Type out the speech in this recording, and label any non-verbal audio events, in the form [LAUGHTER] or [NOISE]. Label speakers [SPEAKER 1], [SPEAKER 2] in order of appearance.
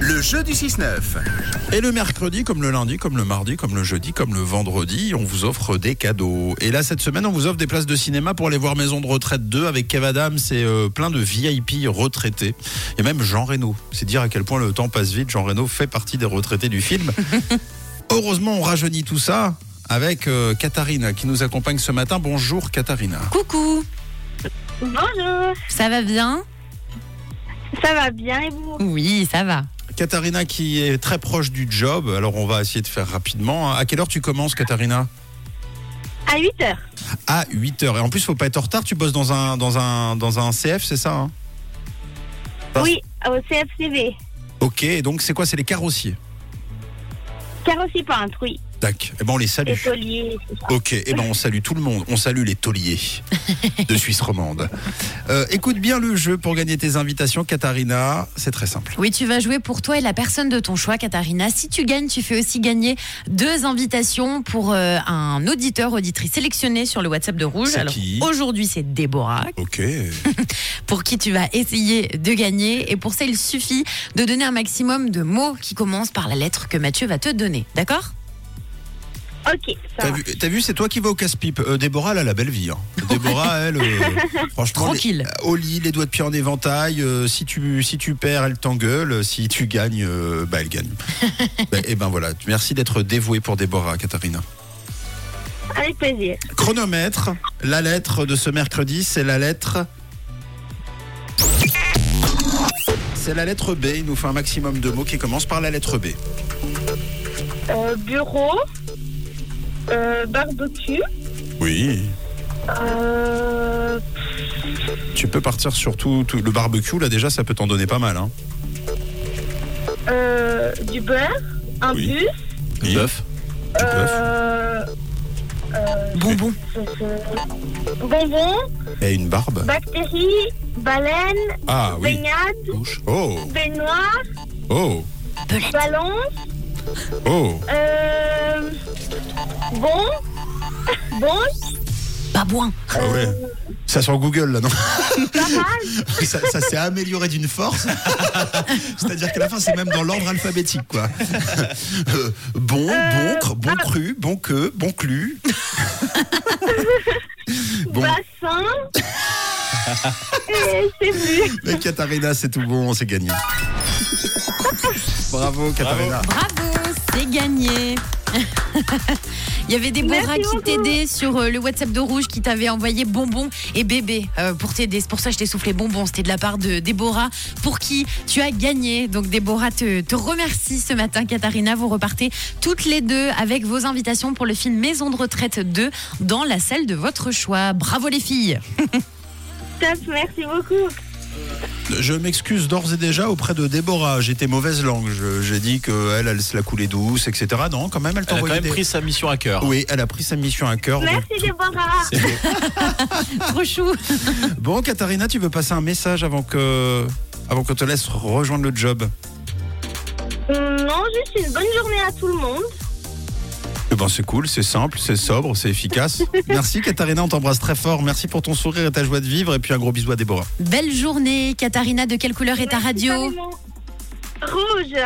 [SPEAKER 1] Le jeu du 6-9.
[SPEAKER 2] Et le mercredi, comme le lundi, comme le mardi, comme le jeudi, comme le vendredi, on vous offre des cadeaux. Et là, cette semaine, on vous offre des places de cinéma pour aller voir Maison de Retraite 2 avec Kev Adams et euh, plein de VIP retraités. Et même Jean Reno. C'est dire à quel point le temps passe vite. Jean Reno fait partie des retraités du film. Heureusement, on rajeunit tout ça avec euh, Katharine qui nous accompagne ce matin. Bonjour Katharine.
[SPEAKER 3] Coucou,
[SPEAKER 4] Bonjour,
[SPEAKER 3] ça va bien
[SPEAKER 4] ça va bien et vous
[SPEAKER 3] Oui, ça va.
[SPEAKER 2] Katharina qui est très proche du job. Alors on va essayer de faire rapidement. À quelle heure tu commences Katharina
[SPEAKER 4] À 8h
[SPEAKER 2] à 8h. Et en plus, faut pas être en retard, tu bosses dans un, dans un, dans un CF, c'est ça hein Parce-
[SPEAKER 4] Oui, au CFCV.
[SPEAKER 2] Ok, et donc c'est quoi C'est les carrossiers
[SPEAKER 4] Carrosserie peintre, oui.
[SPEAKER 2] Tac. Eh ben, on les salue.
[SPEAKER 4] Écolier, tout ça.
[SPEAKER 2] Ok, eh ben, on salue tout le monde. On salue les tauliers de Suisse romande. Euh, écoute bien le jeu pour gagner tes invitations, Katharina. C'est très simple.
[SPEAKER 3] Oui, tu vas jouer pour toi et la personne de ton choix, Katharina. Si tu gagnes, tu fais aussi gagner deux invitations pour euh, un auditeur, auditrice sélectionné sur le WhatsApp de Rouge.
[SPEAKER 2] C'est
[SPEAKER 3] Alors
[SPEAKER 2] qui
[SPEAKER 3] aujourd'hui, c'est Déborah,
[SPEAKER 2] Ok.
[SPEAKER 3] pour qui tu vas essayer de gagner. Et pour ça, il suffit de donner un maximum de mots qui commencent par la lettre que Mathieu va te donner. D'accord
[SPEAKER 4] Ok, ça
[SPEAKER 2] T'as
[SPEAKER 4] va.
[SPEAKER 2] vu, t'as vu, c'est toi qui vas au casse-pipe. Euh, Déborah, elle a la belle vie. hein. Déborah, elle, euh, franchement, les-
[SPEAKER 3] Tranquille.
[SPEAKER 2] au lit, les doigts de pied en éventail. euh, si, tu, si tu perds, elle t'engueule. Si tu gagnes, euh, bah, elle gagne. Ben, et ben voilà. Merci d'être dévouée pour Déborah, Katharina.
[SPEAKER 4] Avec plaisir.
[SPEAKER 2] Chronomètre, la lettre de ce mercredi, c'est la lettre. C'est la lettre B. Il nous faut un maximum de mots qui commencent par la lettre B.
[SPEAKER 4] Euh, bureau, euh, barbecue,
[SPEAKER 2] Oui.
[SPEAKER 4] euh,
[SPEAKER 2] Tu peux partir sur tout, tout- le barbecue. Là, déjà, ça peut t'en donner pas mal. Hein.
[SPEAKER 4] euh, du beurre, un
[SPEAKER 2] Oui.
[SPEAKER 4] bus,
[SPEAKER 2] Bœuf. Du bœuf.
[SPEAKER 4] euh,
[SPEAKER 3] Bonbon.
[SPEAKER 4] bonbon,
[SPEAKER 2] Et une barbe.
[SPEAKER 4] bactéries, baleine,
[SPEAKER 2] Ah oui.
[SPEAKER 4] baignade,
[SPEAKER 2] Oh,
[SPEAKER 4] baignoire,
[SPEAKER 2] oh,
[SPEAKER 4] ballon,
[SPEAKER 2] oh.
[SPEAKER 4] euh, bon, [LAUGHS] bon,
[SPEAKER 3] Babouin.
[SPEAKER 2] Ah ouais. Ça sur Google là, non
[SPEAKER 4] pas mal.
[SPEAKER 2] Ça, ça s'est amélioré d'une force. [LAUGHS] C'est-à-dire qu'à la fin, c'est même dans l'ordre alphabétique, quoi. Euh, bon, bon, cr- bon cru, bon que, bon clu. Bon.
[SPEAKER 4] Bassin. Et c'est plus.
[SPEAKER 2] Mais Katharina, c'est tout bon, c'est gagné. Bravo, Katharina.
[SPEAKER 3] Bravo, c'est gagné. [LAUGHS] Il y avait des Déborah
[SPEAKER 4] Merci
[SPEAKER 3] qui
[SPEAKER 4] beaucoup.
[SPEAKER 3] t'aidaient sur euh, le WhatsApp de Rouge qui t'avait envoyé bonbon et bébé euh, pour t'aider. C'est pour ça que je t'ai soufflé bonbon. C'était de la part de Déborah pour qui tu as gagné. Donc Déborah te, te remercie ce matin, Katharina. Vous repartez toutes les deux avec vos invitations pour le film Maison de retraite 2 dans la salle de votre choix. Bravo les filles.
[SPEAKER 4] Top, merci beaucoup.
[SPEAKER 2] Je m'excuse d'ores et déjà auprès de Déborah. J'étais mauvaise langue. Je- J'ai dit qu'elle, elle se la coulait douce, etc. Non, quand même, elle
[SPEAKER 5] Elle a quand
[SPEAKER 2] t'envoyait
[SPEAKER 5] même
[SPEAKER 2] des...
[SPEAKER 5] pris sa mission à cœur.
[SPEAKER 2] Oui, elle a pris sa mission à cœur. donc
[SPEAKER 4] Merci Déborah.
[SPEAKER 5] C'est beau.
[SPEAKER 3] Trop chou.
[SPEAKER 2] Bon, Katharina, tu veux passer un message avant que avant qu'on te laisse rejoindre le job
[SPEAKER 4] Hum, Non, juste une bonne journée à tout le monde.
[SPEAKER 2] Eh ben, c'est cool, c'est simple, c'est sobre, c'est efficace. Merci, Katharina, on t'embrasse très fort. Merci pour ton sourire et ta joie de vivre. Et puis un gros bisou à Déborah.
[SPEAKER 3] Belle journée, Katharina. De quelle couleur est ta
[SPEAKER 4] Merci
[SPEAKER 3] radio
[SPEAKER 4] infiniment. Rouge.